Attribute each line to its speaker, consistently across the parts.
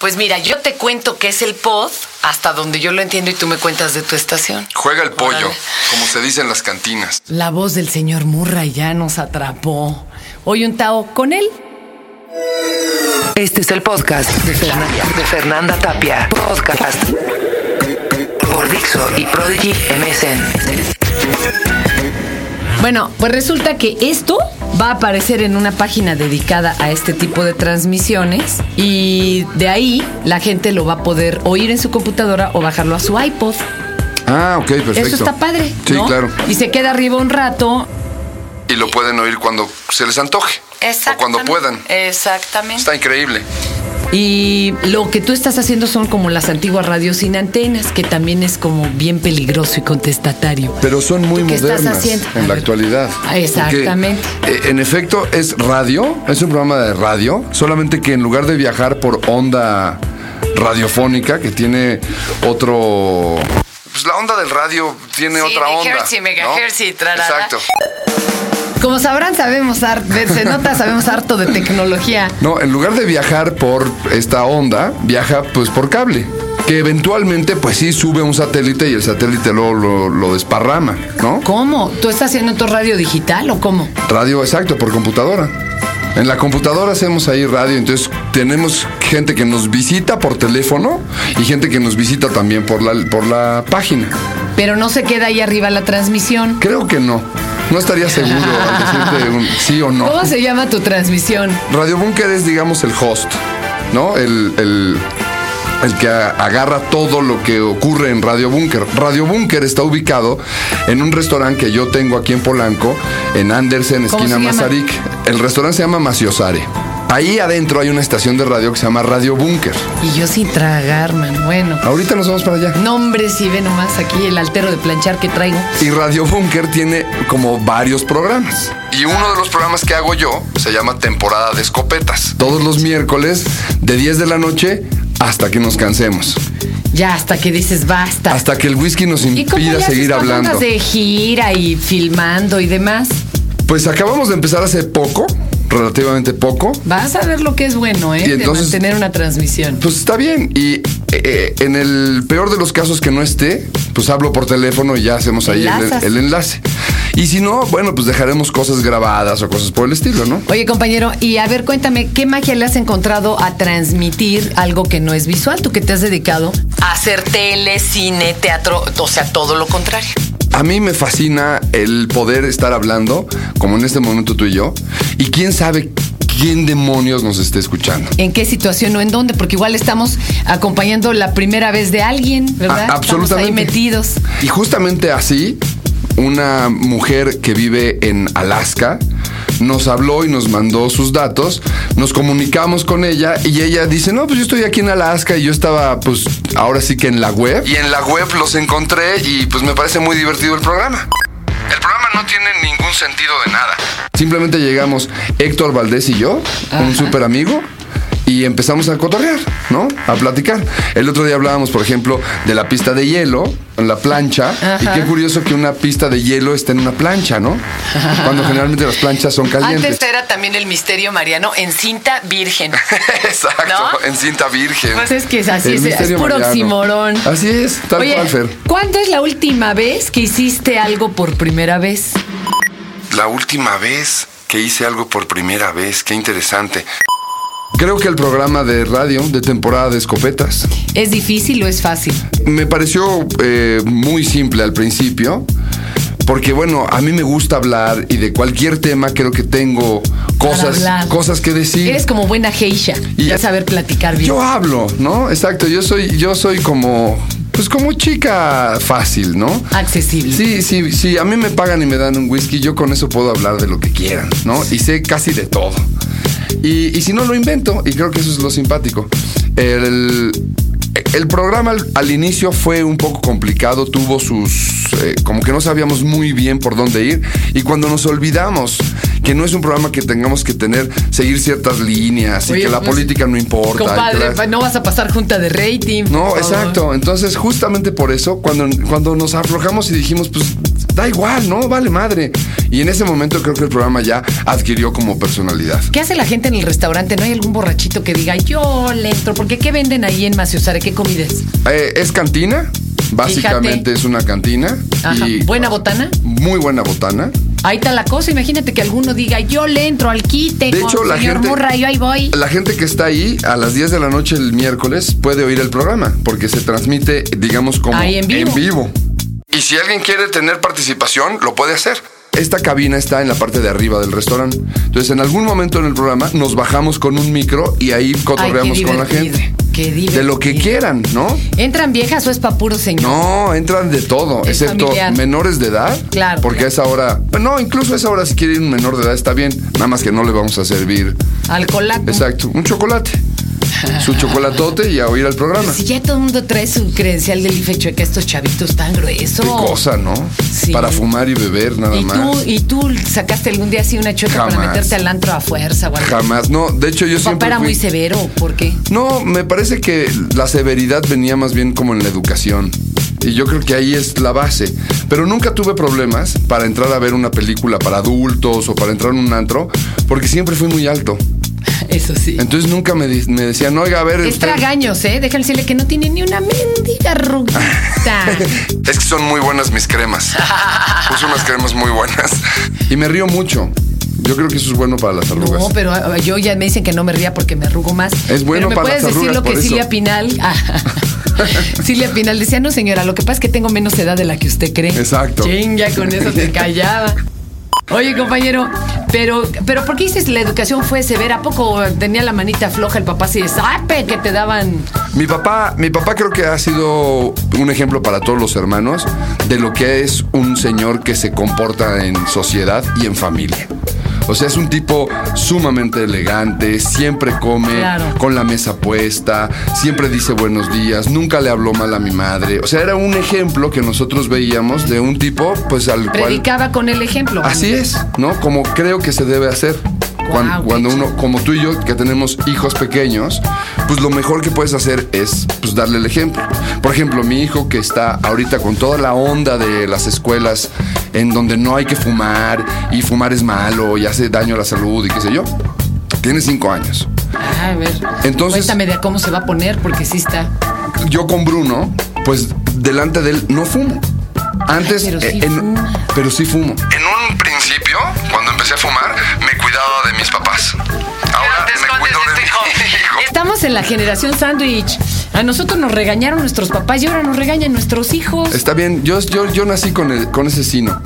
Speaker 1: Pues mira, yo te cuento qué es el pod, hasta donde yo lo entiendo y tú me cuentas de tu estación.
Speaker 2: Juega el pollo, como se dice en las cantinas.
Speaker 1: La voz del señor Murray ya nos atrapó. Hoy un Tao con él.
Speaker 3: Este es el podcast de Fernanda, de Fernanda Tapia. Podcast por Dixo y Prodigy MSN.
Speaker 1: Bueno, pues resulta que esto va a aparecer en una página dedicada a este tipo de transmisiones y de ahí la gente lo va a poder oír en su computadora o bajarlo a su iPod.
Speaker 2: Ah, ok, perfecto.
Speaker 1: Eso está padre.
Speaker 2: Sí,
Speaker 1: ¿no?
Speaker 2: claro.
Speaker 1: Y se queda arriba un rato.
Speaker 2: Y lo pueden oír cuando se les antoje. O cuando puedan.
Speaker 4: Exactamente.
Speaker 2: Está increíble.
Speaker 1: Y lo que tú estás haciendo son como las antiguas radios sin antenas, que también es como bien peligroso y contestatario.
Speaker 2: Pero son muy
Speaker 1: ¿Tú qué estás
Speaker 2: modernas
Speaker 1: haciendo? A
Speaker 2: en la
Speaker 1: ver.
Speaker 2: actualidad.
Speaker 1: Ah, exactamente.
Speaker 2: Porque, eh, en efecto, es radio, es un programa de radio, solamente que en lugar de viajar por onda radiofónica, que tiene otro... Pues la onda del radio tiene
Speaker 4: Sí,
Speaker 2: otra
Speaker 4: de
Speaker 2: onda.
Speaker 4: hertz y megahertz
Speaker 2: ¿no?
Speaker 4: y trarara.
Speaker 2: Exacto.
Speaker 1: Como sabrán, sabemos harto, se nota, sabemos harto de tecnología.
Speaker 2: No, en lugar de viajar por esta onda, viaja pues por cable. Que eventualmente, pues sí, sube un satélite y el satélite luego lo, lo desparrama, ¿no?
Speaker 1: ¿Cómo? ¿Tú estás haciendo tu radio digital o cómo?
Speaker 2: Radio, exacto, por computadora. En la computadora hacemos ahí radio, entonces tenemos gente que nos visita por teléfono y gente que nos visita también por la, por la página.
Speaker 1: Pero no se queda ahí arriba la transmisión.
Speaker 2: Creo que no. No estaría seguro al decirte un sí o no.
Speaker 1: ¿Cómo se llama tu transmisión?
Speaker 2: Radio Búnker es, digamos, el host, ¿no? El, el- el que a- agarra todo lo que ocurre en Radio Búnker. Radio Búnker está ubicado en un restaurante que yo tengo aquí en Polanco, en
Speaker 1: ¿Cómo
Speaker 2: Andersen, esquina
Speaker 1: se llama?
Speaker 2: Mazarik. El restaurante se llama Maciosare. Ahí adentro hay una estación de radio que se llama Radio Búnker.
Speaker 1: Y yo sin tragar, man. Bueno.
Speaker 2: Ahorita nos vamos para allá.
Speaker 1: Nombres y ve nomás aquí el altero de planchar que traigo.
Speaker 2: Y Radio Búnker tiene como varios programas. Y uno de los programas que hago yo se llama Temporada de Escopetas. Todos los miércoles de 10 de la noche hasta que nos cansemos.
Speaker 1: Ya hasta que dices basta.
Speaker 2: Hasta que el whisky nos
Speaker 1: ¿Y cómo
Speaker 2: impida
Speaker 1: le haces
Speaker 2: seguir
Speaker 1: con
Speaker 2: hablando.
Speaker 1: ondas de gira y filmando y demás?
Speaker 2: Pues acabamos de empezar hace poco, relativamente poco.
Speaker 1: Vas a ver lo que es bueno, ¿eh?
Speaker 2: Y entonces-
Speaker 1: de mantener una transmisión.
Speaker 2: Pues está bien. Y eh, eh, en el peor de los casos que no esté, pues hablo por teléfono y ya hacemos ahí el,
Speaker 1: Enlazas.
Speaker 2: el enlace. Y si no, bueno, pues dejaremos cosas grabadas o cosas por el estilo, ¿no?
Speaker 1: Oye, compañero, y a ver, cuéntame, ¿qué magia le has encontrado a transmitir algo que no es visual? ¿Tú que te has dedicado?
Speaker 4: Hacer tele, cine, teatro, o sea, todo lo contrario.
Speaker 2: A mí me fascina el poder estar hablando, como en este momento tú y yo, y quién sabe quién demonios nos esté escuchando.
Speaker 1: ¿En qué situación o en dónde? Porque igual estamos acompañando la primera vez de alguien, ¿verdad?
Speaker 2: A- Ah, absolutamente.
Speaker 1: Estamos ahí metidos.
Speaker 2: Y justamente así, una mujer que vive en Alaska nos habló y nos mandó sus datos, nos comunicamos con ella y ella dice, no, pues yo estoy aquí en Alaska y yo estaba pues ahora sí que en la web. Y en la web los encontré y pues me parece muy divertido el programa. El programa no tiene ningún sentido de nada. Simplemente llegamos Héctor Valdés y yo, un súper amigo, y empezamos a cotorrear, ¿no? A platicar. El otro día hablábamos, por ejemplo, de la pista de hielo, en la plancha, y qué curioso que una pista de hielo esté en una plancha, ¿no? Cuando generalmente las planchas son calientes.
Speaker 4: Antes era también el misterio mariano en cinta virgen.
Speaker 2: Exacto,
Speaker 4: ¿No?
Speaker 2: en cinta virgen.
Speaker 1: Pues es que es así,
Speaker 2: El
Speaker 1: es, es
Speaker 2: misterio
Speaker 1: puro
Speaker 2: mariano.
Speaker 1: oximorón.
Speaker 2: Así es, tal
Speaker 1: Oye,
Speaker 2: cual, Fer.
Speaker 1: ¿cuándo es la última vez que hiciste algo por primera vez?
Speaker 2: La última vez que hice algo por primera vez, qué interesante. Creo que el programa de radio de temporada de escopetas
Speaker 1: ¿Es difícil o es fácil?
Speaker 2: me pareció eh, muy simple al principio, porque bueno, a mí me gusta hablar y de cualquier tema creo que tengo cosas,
Speaker 1: hablar.
Speaker 2: cosas que decir.
Speaker 1: Eres como buena geisha,
Speaker 2: Y-
Speaker 1: ya saber platicar bien.
Speaker 2: Yo hablo, ¿no? Exacto, yo soy, yo soy como, pues como chica fácil, ¿no?
Speaker 1: Accesible.
Speaker 2: Sí, sí, sí, a mí me pagan y me dan un whisky, yo con eso puedo hablar de lo que quieran, ¿no? Y sé casi de todo. Y, y si no, lo invento, y creo que eso es lo simpático. El, el programa al, al inicio fue un poco complicado, tuvo sus... eh, como que no sabíamos muy bien por dónde ir, y cuando nos olvidamos que no es un programa que tengamos que tener, seguir ciertas líneas, y
Speaker 1: Oye,
Speaker 2: que la
Speaker 1: pues,
Speaker 2: política no importa. y que
Speaker 1: Compadre,
Speaker 2: la-
Speaker 1: pa- no vas a pasar junta de rating. por
Speaker 2: no,
Speaker 1: favor.
Speaker 2: exacto. Entonces, justamente por eso, cuando, cuando nos aflojamos y dijimos, pues, da igual, ¿no? Vale madre. Y en ese momento creo que el programa ya adquirió como personalidad.
Speaker 1: ¿Qué hace la gente en el restaurante? ¿No hay algún borrachito que diga, yo le entro? Porque ¿qué venden ahí en Maciusare? ¿Qué comidas?
Speaker 2: Eh, es cantina, básicamente
Speaker 1: Fíjate.
Speaker 2: es una cantina.
Speaker 1: Ajá.
Speaker 2: y-
Speaker 1: ¿Buena botana?
Speaker 2: Muy buena botana.
Speaker 1: Ahí está la cosa. Imagínate que alguno diga, yo le entro al quite
Speaker 2: De
Speaker 1: con
Speaker 2: hecho, la
Speaker 1: señor
Speaker 2: gente,
Speaker 1: Murra, yo ahí voy.
Speaker 2: la gente que está ahí a las 10 de la noche el miércoles puede oír el programa porque se transmite, digamos, como
Speaker 1: Ahí en vivo.
Speaker 2: vivo. Y si alguien quiere tener participación, lo puede hacer. Esta cabina está en la parte de arriba del restaurante. Entonces, en algún momento en el programa nos bajamos con un micro y ahí
Speaker 1: Ay, qué
Speaker 2: cotorreamos con la
Speaker 1: divertido,
Speaker 2: gente.
Speaker 1: qué
Speaker 2: De lo que
Speaker 1: divertido.
Speaker 2: quieran, ¿no?
Speaker 1: ¿Entran viejas o es pa' puro señor?
Speaker 2: No, entran de todo,
Speaker 1: Es
Speaker 2: excepto
Speaker 1: familiar.
Speaker 2: menores de edad.
Speaker 1: Claro.
Speaker 2: Porque a esa hora, no, incluso a esa hora si quiere ir un menor de edad está bien. Nada más que no le vamos a servir
Speaker 1: Alcolato.
Speaker 2: Exacto, un chocolate. Su chocolatote y a oír al programa.
Speaker 1: Si ya todo el mundo trae su credencial del IFE chueca, estos chavitos tan gruesos.
Speaker 2: Qué cosa, ¿no?
Speaker 1: Sí.
Speaker 2: Para fumar y beber nada
Speaker 1: ¿Y tú,
Speaker 2: más.
Speaker 1: ¿Y tú sacaste algún día así una chueca
Speaker 2: Jamás.
Speaker 1: para meterte al antro a fuerza o algo?
Speaker 2: Jamás, no. De hecho, yo
Speaker 1: ¿Tu papá
Speaker 2: siempre.
Speaker 1: era
Speaker 2: fui-
Speaker 1: muy severo? ¿Por qué?
Speaker 2: No, me parece que la severidad venía más bien como en la educación. Y yo creo que ahí es la base. Pero nunca tuve problemas para entrar a ver una película para adultos o para entrar en un antro, porque siempre fui muy alto.
Speaker 1: Eso sí.
Speaker 2: Entonces nunca me, di- me decían, oiga, a ver.
Speaker 1: Es
Speaker 2: usted-
Speaker 1: tragaños, ¿eh? Déjale decirle que no tiene ni una mendiga ruguita.
Speaker 2: Es que son muy buenas mis cremas. Puse unas cremas muy buenas. Y me río mucho. Yo creo que eso es bueno para las arrugas.
Speaker 1: No, pero ah, yo ya me dicen que no me ría porque me arrugo más.
Speaker 2: Es
Speaker 1: pero
Speaker 2: bueno
Speaker 1: me
Speaker 2: para
Speaker 1: puedes
Speaker 2: las
Speaker 1: decir
Speaker 2: arrugas,
Speaker 1: lo que
Speaker 2: por
Speaker 1: Silvia
Speaker 2: eso.
Speaker 1: Pinal. Ah, Silvia Pinal decía, no señora, lo que pasa es que tengo menos edad de la que usted cree.
Speaker 2: Exacto.
Speaker 1: Ching, ya con eso te callaba. Oye, compañero, pero, pero ¿por qué dices la educación fue severa? ¿A poco tenía la manita floja el papá así de sape que te daban?
Speaker 2: Mi papá, mi papá creo que ha sido un ejemplo para todos los hermanos de lo que es un señor que se comporta en sociedad y en familia. O sea, es un tipo sumamente elegante, siempre come
Speaker 1: Claro.
Speaker 2: con la mesa puesta, siempre dice buenos días, nunca le habló mal a mi madre. O sea, era un ejemplo que nosotros veíamos de un tipo, pues al cual
Speaker 1: Predicaba con el ejemplo.
Speaker 2: Así es, ¿no? Como creo que se debe hacer. Cuan- Cuando,
Speaker 1: Guau, qué
Speaker 2: uno, como tú y yo, que tenemos hijos pequeños, pues lo mejor que puedes hacer es pues, darle el ejemplo. Por ejemplo, mi hijo que está ahorita con toda la onda de las escuelas en donde no hay que fumar y fumar es malo y hace daño a la salud y qué sé yo, tiene cinco años.
Speaker 1: Ah, A ver.
Speaker 2: Entonces-
Speaker 1: Cuéntame de cómo se va a poner porque sí está.
Speaker 2: yo con Bruno, pues delante de él no fumo. Antes,
Speaker 1: Ay, pero sí
Speaker 2: eh, en-
Speaker 1: fuma.
Speaker 2: pero sí fumo. En un principio, cuando empecé a fumar, me cuidaba de mis papás. Ahora
Speaker 4: te escondes de este hijo.
Speaker 1: Estamos en la generación sándwich. A nosotros nos regañaron nuestros papás y ahora nos regañan nuestros hijos.
Speaker 2: Está bien, yo, yo, yo nací con, el, con ese sino.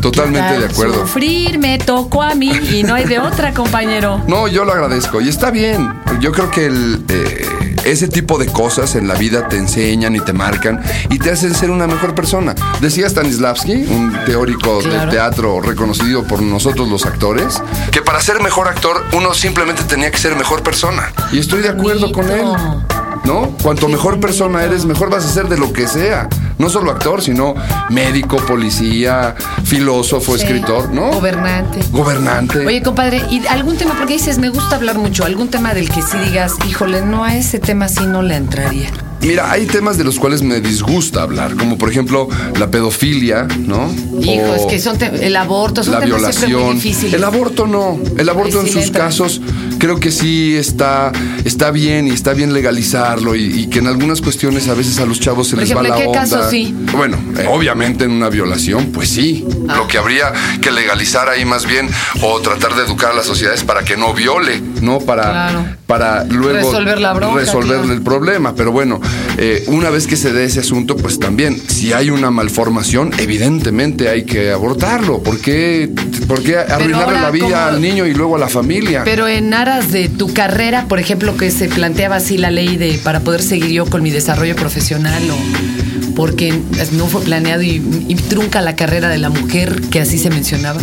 Speaker 2: Totalmente de acuerdo.
Speaker 1: Sufrir me tocó a mí y no hay de otra, compañero.
Speaker 2: No, yo lo agradezco y está bien. Yo creo que el, eh, ese tipo de cosas en la vida te enseñan y te marcan y te hacen ser una mejor persona. Decía Stanislavski, un teórico del
Speaker 1: Claro.
Speaker 2: teatro reconocido por nosotros los actores, que para ser mejor actor uno simplemente tenía que ser mejor persona. Y estoy de acuerdo con él.
Speaker 1: Bonito.
Speaker 2: ¿No? Cuanto mejor persona
Speaker 1: bonito.
Speaker 2: eres, mejor vas a ser de lo que sea. No solo actor, sino médico, policía, filósofo, escritor, ¿no?
Speaker 1: Gobernante.
Speaker 2: Gobernante.
Speaker 1: Oye, compadre, ¿y algún tema? Porque dices, me gusta hablar mucho. ¿Algún tema del que sí digas, híjole, no a ese tema sí no le entraría?
Speaker 2: Mira, hay temas de los cuales me disgusta hablar, como por ejemplo la pedofilia, ¿no?
Speaker 1: Hijo,
Speaker 2: O
Speaker 1: es que son te- el aborto, son
Speaker 2: la
Speaker 1: temas siempre muy
Speaker 2: violación.
Speaker 1: difíciles.
Speaker 2: El aborto no. El aborto
Speaker 1: Ahí
Speaker 2: en
Speaker 1: sí le
Speaker 2: sus
Speaker 1: entra.
Speaker 2: casos creo que sí está, está bien y está bien legalizarlo y, y que en algunas cuestiones a veces a los chavos se
Speaker 1: Por
Speaker 2: les
Speaker 1: ejemplo,
Speaker 2: va
Speaker 1: ¿en
Speaker 2: la
Speaker 1: qué
Speaker 2: onda.
Speaker 1: caso sí?
Speaker 2: Bueno, eh, obviamente en una violación, pues sí.
Speaker 1: Ah.
Speaker 2: Lo que habría que legalizar ahí más bien o tratar de educar a las sociedades para que no viole, no para,
Speaker 1: Claro.
Speaker 2: para luego
Speaker 1: Resolver la bronca,
Speaker 2: resolver
Speaker 1: claro.
Speaker 2: el problema. Pero bueno, eh, una vez que se dé ese asunto, pues también, si hay una malformación, evidentemente hay que abortarlo. ¿Por qué, por qué arruinarle
Speaker 1: ahora,
Speaker 2: la vida
Speaker 1: ¿cómo?
Speaker 2: al niño y luego a la familia?
Speaker 1: Pero en aras de tu carrera, por ejemplo, que se planteaba así la ley de para poder seguir yo con mi desarrollo profesional o porque no fue planeado y, y trunca la carrera de la mujer que así se mencionaba.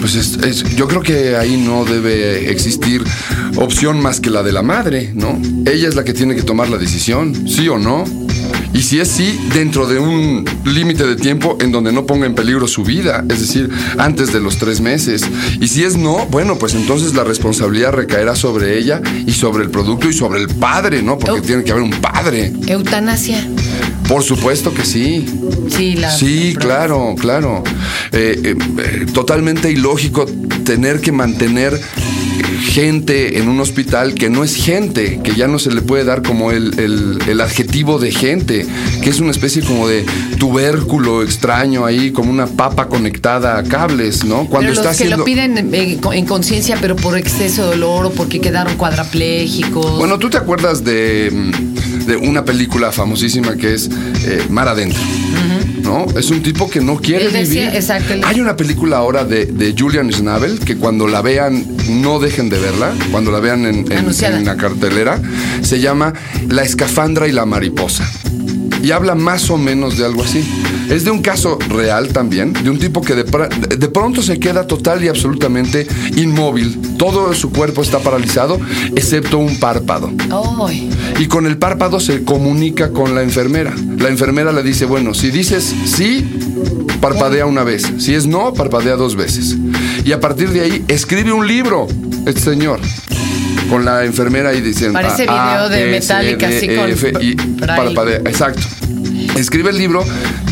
Speaker 2: Pues es- es- yo creo que ahí no debe existir opción más que la de la madre, ¿no? Ella es la que tiene que tomar la decisión, sí o no. Y si es sí, dentro de un límite de tiempo en donde no ponga en peligro su vida, es decir, antes de los tres meses. Y si es no, bueno, pues entonces la responsabilidad recaerá sobre ella y sobre el producto y sobre el padre, ¿no? Porque
Speaker 1: Oh.
Speaker 2: tiene que haber un padre.
Speaker 1: Eutanasia.
Speaker 2: Por supuesto que sí.
Speaker 1: Sí, la-
Speaker 2: Sí, claro, claro. Eh, eh, eh, totalmente ilógico tener que mantener eh, gente en un hospital que no es gente, que ya no se le puede dar como el, el- el adjetivo de gente, que es una especie como de tubérculo extraño ahí, como una papa conectada a cables, ¿no? Cuando
Speaker 1: pero
Speaker 2: está
Speaker 1: los que
Speaker 2: haciendo...
Speaker 1: lo piden eh, co- en conciencia, pero por exceso de dolor o porque quedaron cuadraplégicos.
Speaker 2: Bueno, ¿tú te acuerdas de, mm, de una película famosísima que es eh, Mar Adentro? ¿No? Es un tipo que no quiere
Speaker 1: Él decía-
Speaker 2: vivir.
Speaker 1: exacto, él-
Speaker 2: Hay una película ahora de, de Julian Schnabel que cuando la vean no dejen de verla, cuando la vean en, en-
Speaker 1: Anunciada.
Speaker 2: en la cartelera, se llama La escafandra y la mariposa. Y habla más o menos de algo así. Es de un caso real también, de un tipo que de, pra- de pronto se queda total y absolutamente inmóvil. Todo su cuerpo está paralizado, excepto un párpado
Speaker 1: Ay.
Speaker 2: y con el párpado se comunica con la enfermera. La enfermera le dice, bueno, si dices sí, parpadea una vez. Si es no, parpadea dos veces. Y a partir de ahí escribe un libro, este señor. Con la enfermera y diciendo. "Ah,
Speaker 1: Parece video de Metallica, así con
Speaker 2: E, y
Speaker 1: braille.
Speaker 2: parpadea. Exacto. Escribe el libro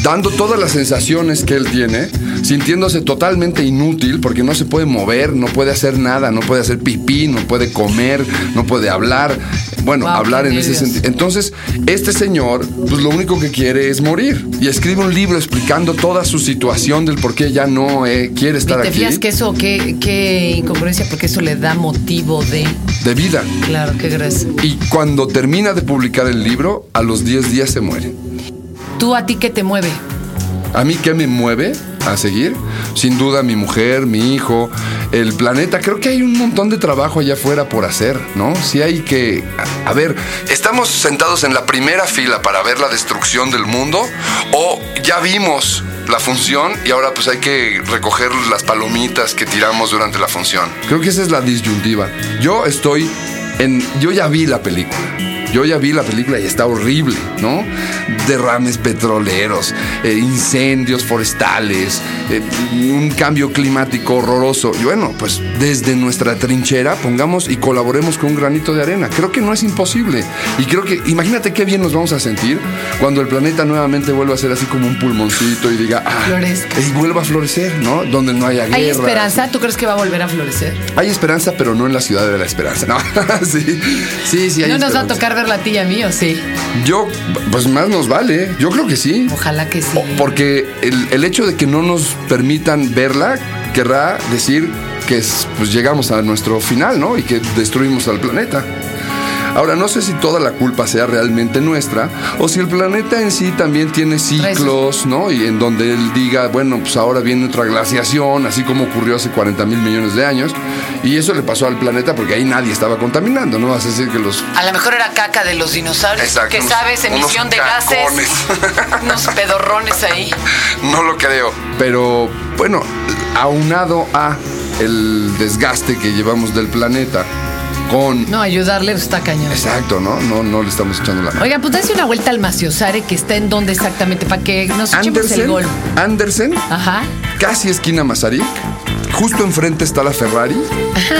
Speaker 2: dando todas las sensaciones que él tiene, sintiéndose totalmente inútil porque no se puede mover, no puede hacer nada, no puede hacer pipí, no puede comer, no puede hablar. Bueno,
Speaker 1: Guau,
Speaker 2: hablar
Speaker 1: qué
Speaker 2: en ese
Speaker 1: nervios.
Speaker 2: sentido. Entonces, este señor, pues lo único que quiere es morir. Y escribe un libro explicando toda su situación del por qué ya no eh, quiere
Speaker 1: ¿Y
Speaker 2: estar
Speaker 1: te
Speaker 2: aquí.
Speaker 1: fijas que eso, qué, qué incongruencia? Porque eso le da motivo de.
Speaker 2: De vida.
Speaker 1: Claro, qué gracia.
Speaker 2: Y cuando termina de publicar el libro, a los 10 días se muere.
Speaker 1: ¿Tú a ti qué te mueve?
Speaker 2: ¿A mí qué me mueve a seguir? Sin duda mi mujer, mi hijo, el planeta. Creo que hay un montón de trabajo allá afuera por hacer, ¿no? Sí hay que... A a ver, ¿estamos sentados en la primera fila para ver la destrucción del mundo? ¿O ya vimos la función y ahora pues hay que recoger las palomitas que tiramos durante la función? Creo que esa es la disyuntiva. Yo estoy en... Yo ya vi la película. Yo ya vi la película y está horrible, ¿no? Derrames petroleros, eh, incendios forestales, eh, un cambio climático horroroso. Y bueno, pues desde nuestra trinchera pongamos y colaboremos con un granito de arena. Creo que no es imposible. Y creo que, imagínate qué bien nos vamos a sentir cuando el planeta nuevamente vuelva a ser así como un pulmoncito y diga, ah,
Speaker 1: Florezca.
Speaker 2: y vuelva a florecer, ¿no? Donde no haya guerra.
Speaker 1: ¿Hay esperanza? ¿Tú crees que va a volver a florecer?
Speaker 2: Hay esperanza, pero no en la ciudad de la esperanza, ¿no? sí, sí, sí. Hay
Speaker 1: ¿No nos va a
Speaker 2: esperanza.
Speaker 1: tocar verla a ti y a mí o sí?
Speaker 2: Yo, pues más nos vale. Yo creo que sí.
Speaker 1: Ojalá que sí.
Speaker 2: O- Porque el, el hecho de que no nos permitan verla querrá decir que es- pues, llegamos a nuestro final, ¿no? Y que destruimos al planeta. Ahora, no sé si toda la culpa sea realmente nuestra o si el planeta en sí también tiene ciclos, ¿no? Y en donde él diga, bueno, pues ahora viene otra glaciación, así como ocurrió hace 40 mil millones de años. Y eso le pasó al planeta porque ahí nadie estaba contaminando, ¿no? Vas a decir que los
Speaker 4: A lo mejor era caca de los dinosaurios.
Speaker 2: Exacto,
Speaker 4: Que
Speaker 2: unos-
Speaker 4: sabes, emisión de
Speaker 2: unos
Speaker 4: gases.
Speaker 2: cacones.
Speaker 4: unos pedorrones ahí.
Speaker 2: No lo creo. Pero bueno, aunado a el desgaste que llevamos del planeta con...
Speaker 1: No, ayudarle pues, está cañón.
Speaker 2: Exacto, ¿no? No, no le estamos echando la mano.
Speaker 1: Oiga, pues dense una vuelta al Maciosare que está en donde exactamente, para que nos echemos el
Speaker 2: Andersen,
Speaker 1: gol.
Speaker 2: Andersen,
Speaker 1: Ajá.
Speaker 2: casi esquina Mazarik. Justo enfrente está la Ferrari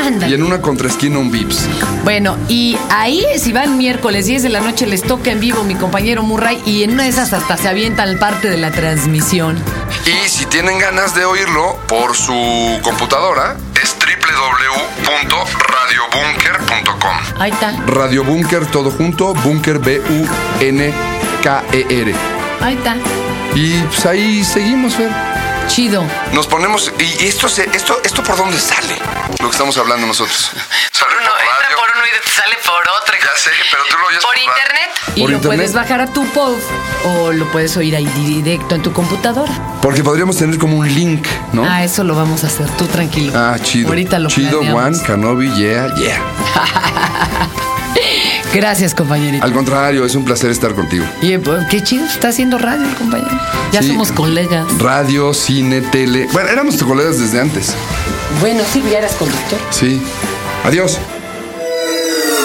Speaker 1: Ándale.
Speaker 2: y en una contraesquina un Vips.
Speaker 1: Bueno, y ahí si van miércoles 10 de la noche les toca en vivo mi compañero Murray y en una de esas hasta se avientan parte de la transmisión.
Speaker 2: Y si tienen ganas de oírlo por su computadora, es www.radiobunker.com.
Speaker 1: Ahí está,
Speaker 2: Radio Búnker, todo junto, Búnker B-U-N-K-E-R.
Speaker 1: ahí está.
Speaker 2: Y pues ahí seguimos, Fer.
Speaker 1: Chido.
Speaker 2: Nos ponemos. ¿Y esto, se- esto, esto por dónde sale? Lo que estamos hablando nosotros. Sale
Speaker 4: Uno entra por uno y sale por otro.
Speaker 2: Ya sé, pero tú lo oyes
Speaker 4: ¿Por
Speaker 2: por radio.
Speaker 4: internet?
Speaker 1: Y
Speaker 2: Por
Speaker 1: lo
Speaker 2: internet.
Speaker 1: puedes bajar a tu pod o lo puedes oír ahí directo en tu computadora.
Speaker 2: Porque podríamos tener como un link, ¿no?
Speaker 1: Ah, eso lo vamos a hacer, tú tranquilo.
Speaker 2: Ah, chido.
Speaker 1: Ahorita lo
Speaker 2: chido, Juan,
Speaker 1: planeamos.
Speaker 2: Canobi, yeah, yeah.
Speaker 1: Gracias, compañerito.
Speaker 2: Al contrario, es un placer estar contigo.
Speaker 1: Y, eh, pues, qué chido, está haciendo radio el compañero. Ya
Speaker 2: Sí.
Speaker 1: somos colegas.
Speaker 2: Radio, cine, tele. Bueno, éramos tus colegas desde antes.
Speaker 1: Bueno, sí, ya eras conductor.
Speaker 2: Sí. Adiós.